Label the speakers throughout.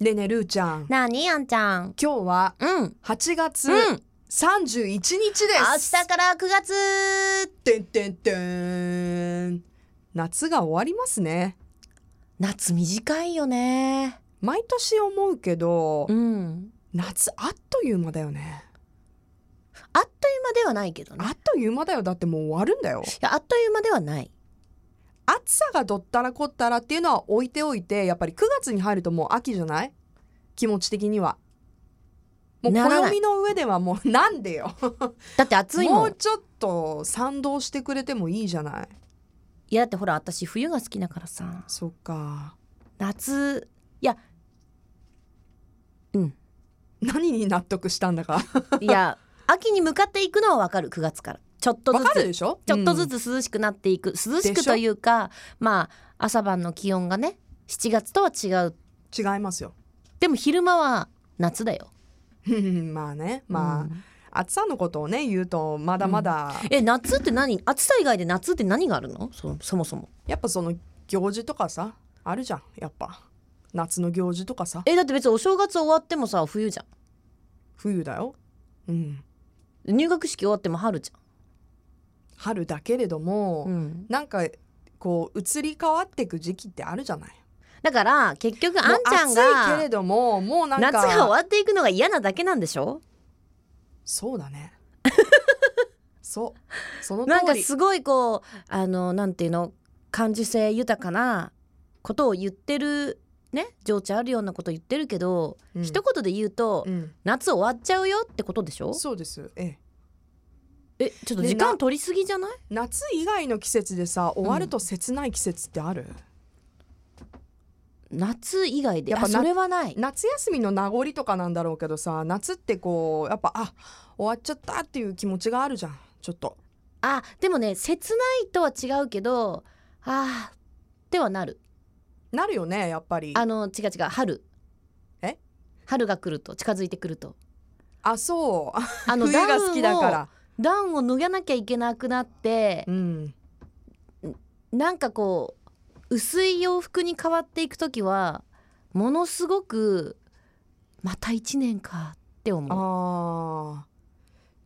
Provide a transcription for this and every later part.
Speaker 1: でねルーちゃん
Speaker 2: なあにあんちゃん。
Speaker 1: 今日は
Speaker 2: うん。うん。
Speaker 1: 8月
Speaker 2: 明日
Speaker 1: 31日です、
Speaker 2: から9月。
Speaker 1: てんてんてん夏が終わりますね
Speaker 2: 夏短いよね。
Speaker 1: 毎年思うけど
Speaker 2: うん。
Speaker 1: 夏あっという間だよね
Speaker 2: あっという間ではないけどね。い
Speaker 1: あっという間だよだってもう終わるんだよ
Speaker 2: やあっという間ではない。
Speaker 1: 暑さがどったらこったらっていうのは置いておいてやっぱり9月に入るともう秋じゃない気持ち的にはもう
Speaker 2: ならない
Speaker 1: 暦の上ではもうなんでよ
Speaker 2: だって暑い
Speaker 1: も
Speaker 2: もん。
Speaker 1: うちょっと賛同してくれてもいいじゃない
Speaker 2: いやだってほら私冬が好きだからさ。
Speaker 1: そっか
Speaker 2: 夏
Speaker 1: 何に納得したんだか
Speaker 2: い や秋に向かっていくのはわかる9月から。ちょっとず
Speaker 1: わかる
Speaker 2: つ。
Speaker 1: でしょ
Speaker 2: ちょっとず
Speaker 1: つ、
Speaker 2: つ涼しくなっていく、涼し
Speaker 1: で
Speaker 2: く
Speaker 1: しょ
Speaker 2: というかまあ朝晩の気温がね7月とは違
Speaker 1: うん
Speaker 2: う
Speaker 1: 違いますよ
Speaker 2: でも昼間は夏だよ
Speaker 1: まあねまあ、
Speaker 2: うん
Speaker 1: 暑さのことをね言うとまだまだ、
Speaker 2: え夏って何暑さ以外で夏って何があるのそそもそも
Speaker 1: やっぱその行事とかさあるじゃんやっぱ夏の行事とかさ
Speaker 2: えだって別にお正月終わってもさ冬じゃ
Speaker 1: 冬だようん
Speaker 2: ん入学式終わっても春じ
Speaker 1: 春だけれども、
Speaker 2: ゃん、うん、
Speaker 1: なんかこう移り変わっていく時期ってあるじゃない
Speaker 2: だから結局あんちゃん
Speaker 1: もう暑いけれ
Speaker 2: が
Speaker 1: どももうなんか
Speaker 2: 夏が終わっていくのが嫌なだけなんでしょ
Speaker 1: そうだ ねそうその通り
Speaker 2: なんかすごいこうあのなんていうの感受性豊かなことを言ってるね情緒あるようなこと言ってるけど、
Speaker 1: うん
Speaker 2: 一言で言うと、
Speaker 1: うん
Speaker 2: 夏終わっちゃうよってことでしょ
Speaker 1: そうですええ
Speaker 2: えちょっと
Speaker 1: で
Speaker 2: 時間取りすぎじゃない
Speaker 1: 夏以外の季節でさ終わると切ない季節ってある、
Speaker 2: 夏以外で
Speaker 1: やっぱ
Speaker 2: あ
Speaker 1: な
Speaker 2: それはない
Speaker 1: 夏休みの名残とかなんだろうけどさ夏ってこうやっぱあ終わっちゃったっていう気持ちがあるじゃんちょっと
Speaker 2: あでもね切ないとは違うけどあーではなる
Speaker 1: なるよねやっぱり
Speaker 2: あの違う違う春
Speaker 1: え
Speaker 2: 春が来ると近づいてくると
Speaker 1: あそうあ
Speaker 2: あ の
Speaker 1: 冬が好きだから
Speaker 2: ダウンをダウンを脱がなきゃいけなくなって
Speaker 1: うん
Speaker 2: なんかこう薄い洋服に変わっていく時はものすごくまた1年かって思う
Speaker 1: あー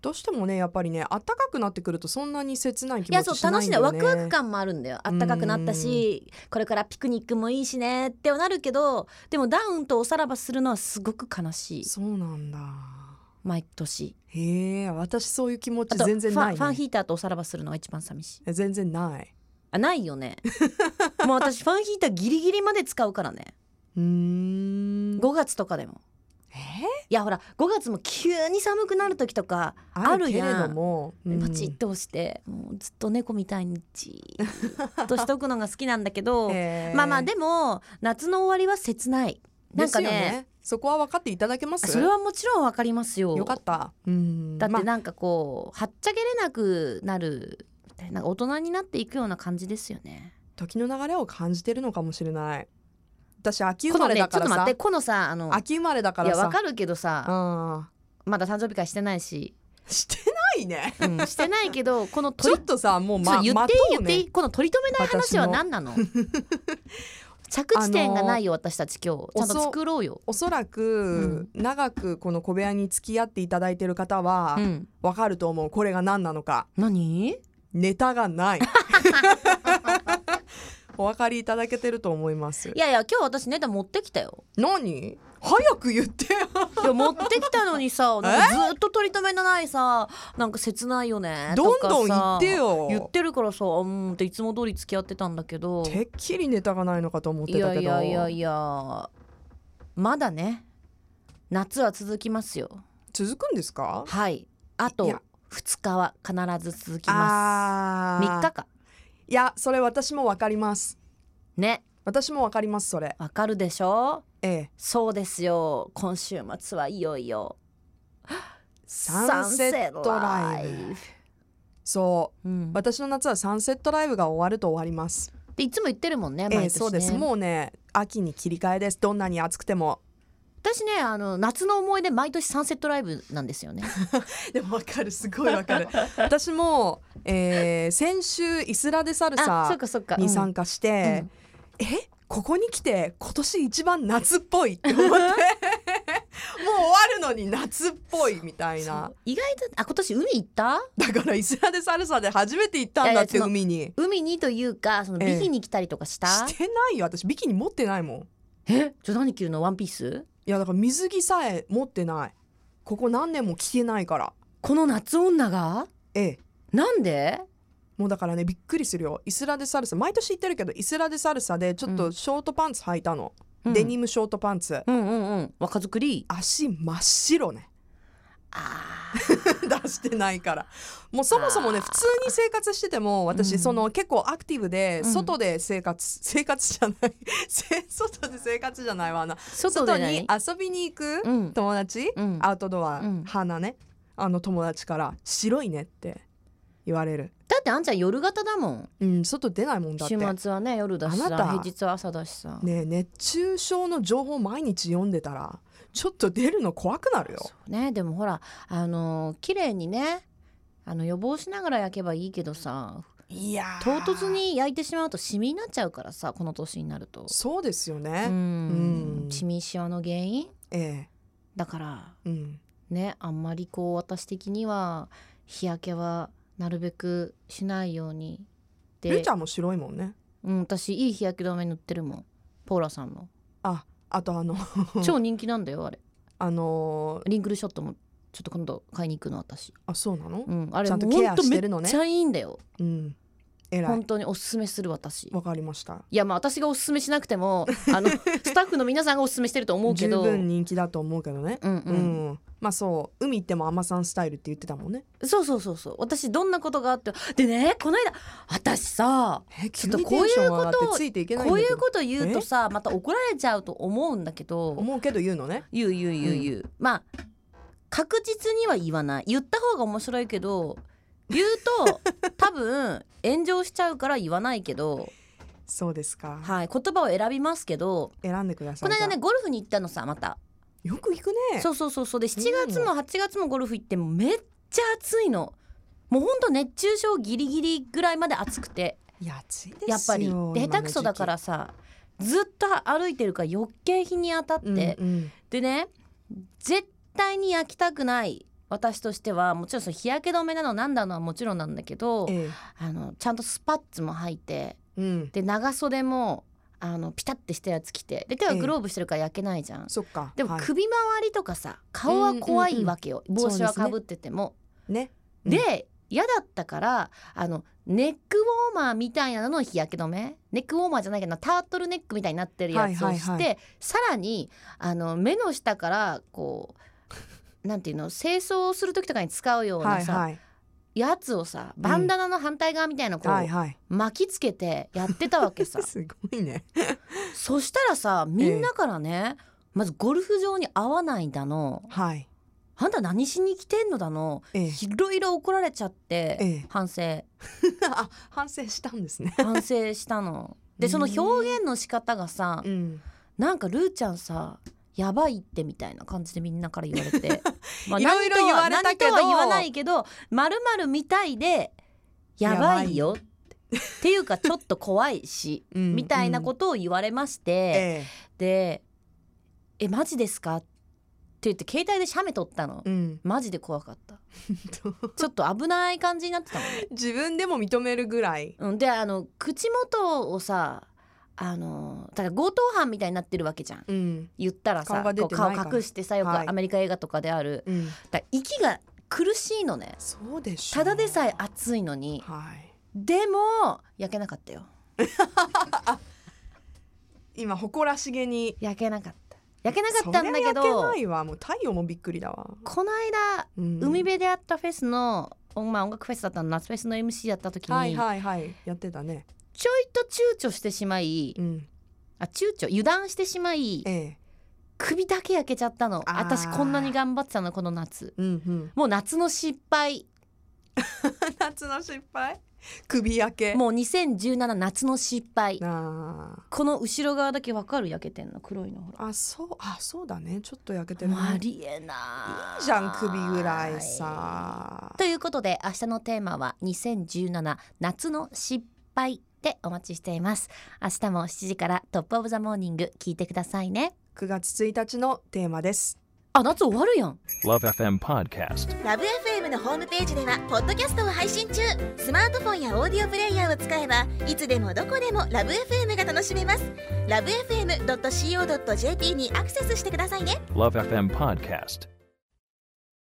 Speaker 1: どうしてもねやっぱりね暖かくなってくるとそんなに切ない気
Speaker 2: いや
Speaker 1: 持
Speaker 2: そう
Speaker 1: ちしな
Speaker 2: 楽し
Speaker 1: い
Speaker 2: い
Speaker 1: ん
Speaker 2: ね
Speaker 1: だよ
Speaker 2: ワ
Speaker 1: ね
Speaker 2: クワク感もあるんだよあったかくなったしこれからピクニックもいいしねってはなるけどでもダウンとおさらばするのはすごく悲しい
Speaker 1: そうなんだ
Speaker 2: 毎年
Speaker 1: へえ私そういう気持
Speaker 2: あ
Speaker 1: ち
Speaker 2: と
Speaker 1: 全然ない、ね、
Speaker 2: ファンファンヒーターとおさらばするのが一番寂しい
Speaker 1: 全然ない
Speaker 2: あないよねもう私ファンヒーターギリギリまで使うからね
Speaker 1: うーん
Speaker 2: 5月とかでも
Speaker 1: え
Speaker 2: いやほら5月も急に寒くなる時とか
Speaker 1: あ
Speaker 2: あ
Speaker 1: る
Speaker 2: る
Speaker 1: けれ
Speaker 2: やん
Speaker 1: ども、うん
Speaker 2: パチッと押して、もうずっと猫みたいにじー っとしとくのが好きなんだけど、
Speaker 1: えー
Speaker 2: まあまあでも夏の終わりは切ないなんかね
Speaker 1: ですよそこは分かっていただけます
Speaker 2: それはもちろんわかりますよ
Speaker 1: よかったうん
Speaker 2: だっ
Speaker 1: ま
Speaker 2: て
Speaker 1: あ
Speaker 2: なんかこうはっちゃけれなくなるみたいな大人になっていくような感じですよね
Speaker 1: 時の流れを感じてるのかもしれない私秋
Speaker 2: こ
Speaker 1: 生ま
Speaker 2: のね
Speaker 1: れだ
Speaker 2: ちょっ
Speaker 1: か
Speaker 2: と
Speaker 1: ら
Speaker 2: 待っ
Speaker 1: さ、
Speaker 2: てこのさあの
Speaker 1: 秋生まれだか
Speaker 2: い
Speaker 1: ら
Speaker 2: や
Speaker 1: さ
Speaker 2: わかるけどさ
Speaker 1: あ
Speaker 2: まだ誕生日会してないし、
Speaker 1: ーしてないね
Speaker 2: うんしてないけど この
Speaker 1: ちょ
Speaker 2: 取
Speaker 1: っ
Speaker 2: り
Speaker 1: とさもう
Speaker 2: ちょっ
Speaker 1: ま
Speaker 2: と言
Speaker 1: ま
Speaker 2: っていい、言
Speaker 1: とう
Speaker 2: っていい
Speaker 1: ね
Speaker 2: この取り留めない話は何なの 着地点がないよ私たち今日ちゃんと作ろうよ、
Speaker 1: おそらく、長くこの小部屋に付き合っていただいてる方は
Speaker 2: うん、
Speaker 1: わかると思うこれが何なのか
Speaker 2: 何
Speaker 1: ネタがない お分かりいただけてると思います
Speaker 2: いやいや今日私ネタ持ってきたよ
Speaker 1: 何早く言ってよ
Speaker 2: いや持ってきたの にさなんかずっと取り留めのないさなんか切ないよね
Speaker 1: ど
Speaker 2: と
Speaker 1: ん
Speaker 2: か
Speaker 1: どん
Speaker 2: さ
Speaker 1: 言ってよ
Speaker 2: 言ってるからさうんっていつも通り付き合ってたんだけど
Speaker 1: てっきりネタがないのかと思って
Speaker 2: い
Speaker 1: た
Speaker 2: や
Speaker 1: けど
Speaker 2: いやいやいやまだね夏は続きますよ
Speaker 1: 続くんですか
Speaker 2: はいあ
Speaker 1: い
Speaker 2: と
Speaker 1: や
Speaker 2: 2日は必ず続きま
Speaker 1: あ
Speaker 2: す
Speaker 1: ー
Speaker 2: 3日か
Speaker 1: いやそれ私もわかります
Speaker 2: ね
Speaker 1: 私もわかりますそれ
Speaker 2: わかるでしょ
Speaker 1: ええ
Speaker 2: そうですよ今週末はいよいよ
Speaker 1: サンセットライブ
Speaker 2: サンセットライブ
Speaker 1: そう
Speaker 2: うん、で
Speaker 1: 私の夏はサンセットライブが終わると終わります、
Speaker 2: いつも言ってるもんね毎年
Speaker 1: え
Speaker 2: ね、
Speaker 1: えそうですもうね秋に切り替えですどんなに暑くても
Speaker 2: 私ねあの夏の思い出毎年サンセットライブなんです よね
Speaker 1: でもわかるすごいわかる 私も、えー先週イスラデサル
Speaker 2: あそ
Speaker 1: サ
Speaker 2: うかそうか
Speaker 1: に参加して、
Speaker 2: うん
Speaker 1: えここに来て今年一番夏っぽいって 思ってもう終わるのに夏っぽいみたいな
Speaker 2: そう意外とあ今年海行った
Speaker 1: だからイスラデサルサで初めて行ったんだって
Speaker 2: いやいやその
Speaker 1: 海に
Speaker 2: 海にというかそのビキニ来たりとかした、
Speaker 1: してないよ私ビキニ持ってないもん
Speaker 2: えじゃあ何着るのワンピース
Speaker 1: いやだから水着さえ持ってないここ何年も着てないから
Speaker 2: この夏女が
Speaker 1: ええ
Speaker 2: なんで
Speaker 1: もうだからねびっくりするよイスラデサルサ毎年言ってるけどイスラデサルサでちょっ
Speaker 2: う
Speaker 1: と
Speaker 2: ん
Speaker 1: ショートパンツ履いたの、デニムショートパンツ
Speaker 2: うんうんうん若作り
Speaker 1: 足真っ白ね
Speaker 2: あ
Speaker 1: 出してないからもうそもそもね
Speaker 2: あー
Speaker 1: 普通に生活してても
Speaker 2: う
Speaker 1: 私
Speaker 2: ん
Speaker 1: その結構アクティブで
Speaker 2: うん
Speaker 1: 外で生活、生活じゃないせ 外で生活じゃないわあの
Speaker 2: 外
Speaker 1: 外
Speaker 2: で何
Speaker 1: に遊びに行く
Speaker 2: うん
Speaker 1: 友達、
Speaker 2: うん
Speaker 1: アウトドア、
Speaker 2: うん
Speaker 1: 花ねあの友達から「白いね」って言われる、
Speaker 2: だってあんちゃん夜型だもん
Speaker 1: うん、外出ないもんだって
Speaker 2: 週末はね夜だしさ
Speaker 1: あなた
Speaker 2: 平日は朝だしさ、
Speaker 1: ねえ熱中症の情報毎日読んでたらちょっと出るの怖くなるよ
Speaker 2: そうねでもほらあのー綺麗にねあの予防しながら焼けばいいけどさ
Speaker 1: いや
Speaker 2: 唐突に焼いてしまうとシミになっちゃうからさこの年になると
Speaker 1: そうですよ
Speaker 2: う
Speaker 1: ね、うん
Speaker 2: んシミシワの原因
Speaker 1: え
Speaker 2: だから
Speaker 1: えうん
Speaker 2: ねあんまりこう私的には日焼けはなるべくしないように
Speaker 1: りゅうちゃんも白いもんね
Speaker 2: うん、私いい日焼け止め塗ってるもんポーラさんの
Speaker 1: ああとあの
Speaker 2: 超人気なんだよあれ
Speaker 1: あのー
Speaker 2: リンクルショットもちょっと今度買いに行くの私、
Speaker 1: あそうなの
Speaker 2: うん、あれ
Speaker 1: ちゃんと
Speaker 2: ほ
Speaker 1: ケア
Speaker 2: と
Speaker 1: してるのね
Speaker 2: めっちゃいいんだよ
Speaker 1: うん偉い
Speaker 2: 本当におすすめする私
Speaker 1: わかりました
Speaker 2: いやまあ私がおすすめしなくて もあのスタッフの皆さんがおすすめしてると思うけ
Speaker 1: 十
Speaker 2: ど
Speaker 1: 分人気だと思うけどね
Speaker 2: うんう
Speaker 1: うんん、まあそう海行っても海女さんスタイルって言ってたもんね
Speaker 2: そうそうそうそう私どんなことがあってでねこの間私さ
Speaker 1: え急
Speaker 2: ちょっと
Speaker 1: にテンション上がって
Speaker 2: こういうこと
Speaker 1: ついていけないん
Speaker 2: こ
Speaker 1: だ
Speaker 2: う
Speaker 1: け
Speaker 2: い
Speaker 1: ど
Speaker 2: うこと言うとさまた怒られちゃうと思うんだけど
Speaker 1: 思うけど言うのね
Speaker 2: 言う言う言う言う、まあ確実には言わない言った方が面白いけど言う と多分炎上しちゃうから言わないけど、
Speaker 1: そうですか
Speaker 2: はい、言葉を選びますけど
Speaker 1: 選んでくださ
Speaker 2: こ
Speaker 1: い
Speaker 2: の間ね
Speaker 1: じ
Speaker 2: ゴルフに行ったのさまた
Speaker 1: ゃあよく行くね
Speaker 2: そうそうそうそうで7月も8月もゴルフ行ってめっちゃ暑いのもうほんと熱中症ギリギリぐらいまで暑くて
Speaker 1: いや暑いですよ
Speaker 2: やっぱりで下手くそだからさずっと歩いてるから余計日に当たって、
Speaker 1: 今の時期うんうん
Speaker 2: でね絶対に焼きたくない私としてはもちろんその日焼け止めなのなんだのはもちろんなんだけど
Speaker 1: ええ
Speaker 2: あのちゃんとスパッツも履いて
Speaker 1: うん、
Speaker 2: で長袖もあのピタッてしたやつ着てで手はグローブしてるから焼けないじゃん、
Speaker 1: そっか
Speaker 2: でも
Speaker 1: はい
Speaker 2: 首周りとかさ顔は怖いわけよ、
Speaker 1: んうん
Speaker 2: 帽子はかぶってても。
Speaker 1: ねうん
Speaker 2: で,、嫌だったからあのネックウォーマーみたいなのの日焼け止めネックウォーマーじゃないけどなタートルネックみたいになってるやつをして、
Speaker 1: はいはいは
Speaker 2: さらにあの目の下からこうなんていうの清掃をする時とかに使うよう
Speaker 1: は
Speaker 2: ないさ、
Speaker 1: はい
Speaker 2: やつをさバンダナの反対側みたいなのこう、
Speaker 1: はいはい
Speaker 2: 巻きつけてやってたわけ さ
Speaker 1: すごいね
Speaker 2: そしたらさみんなからね、まずゴルフ場に合わないだの
Speaker 1: はい
Speaker 2: あんた何しに来てんのだの
Speaker 1: ええ
Speaker 2: いろいろ怒られちゃって、
Speaker 1: ええ
Speaker 2: 反省
Speaker 1: あ反省したんですね
Speaker 2: 反省した の。でその表現の仕方がさ
Speaker 1: うん
Speaker 2: なんかルーちゃんさやばいってみたいな感じでみんなから言わ れてま
Speaker 1: いろいろ言われたけど
Speaker 2: 何とは何とは言わないけどまるまるみたいでやばいよっていうかちょっと怖いし
Speaker 1: うん
Speaker 2: みたいなことを言われまして。
Speaker 1: え
Speaker 2: で「えマジですか?」って言って携帯で写メ撮ったの、
Speaker 1: え うん
Speaker 2: マジで怖かったちょっと危ない感じになってたもんね、
Speaker 1: 自分でも認めるぐらい
Speaker 2: うん、であの口元をさあのだから強盗犯みたいになってるわけじゃん
Speaker 1: うん
Speaker 2: 言ったらさ
Speaker 1: 顔が出てない
Speaker 2: こう
Speaker 1: から
Speaker 2: 顔隠してさよく
Speaker 1: はい
Speaker 2: アメリカ映画とかである、
Speaker 1: うん
Speaker 2: だから息が苦しいのね
Speaker 1: そうでしょ
Speaker 2: ただでさえ暑いのに
Speaker 1: はい
Speaker 2: でも焼けなかったよ
Speaker 1: 今誇らしげに
Speaker 2: 焼けなかった焼けなかった
Speaker 1: そ
Speaker 2: んだけど
Speaker 1: れ焼けないわもう太陽もびっくりだわ
Speaker 2: この間
Speaker 1: うん
Speaker 2: 海辺であったフェスの、まあ、音楽フェスだったの夏フェスの MC やった時に、
Speaker 1: はいはいはいやってたね
Speaker 2: ちょいと躊躇してしまい
Speaker 1: うん
Speaker 2: あ躊躇油断してしまい
Speaker 1: ええ
Speaker 2: 首だけ焼けちゃったの
Speaker 1: あー
Speaker 2: 私こんなに頑張ってたのこの夏
Speaker 1: うんうん
Speaker 2: もう夏の失敗
Speaker 1: 夏の失敗首焼け
Speaker 2: もう2017夏の失敗
Speaker 1: あ
Speaker 2: この後ろ側だけわかる焼けてんの黒いのほら
Speaker 1: ーあそうあそうだねちょっと焼けてる
Speaker 2: もうあ
Speaker 1: ね
Speaker 2: りえない
Speaker 1: いいじゃん首ぐらいさ
Speaker 2: ということで明日のテーマは2017夏の失敗
Speaker 3: でお待ちしています明日も7時からトップオブザモーニング聞いてくださいね
Speaker 1: 9月1日のテーマです
Speaker 3: あ夏終わるやん
Speaker 4: Love FM Podcast.
Speaker 2: ラブ f m のホームページではポッドキャストを配信中スマートフォンやオーディオプレイヤーを使えばいつでもどこでもラブ f m が楽しめますラブ FM.co.jp にアクセスしてくださいね
Speaker 4: Love FM Podcast.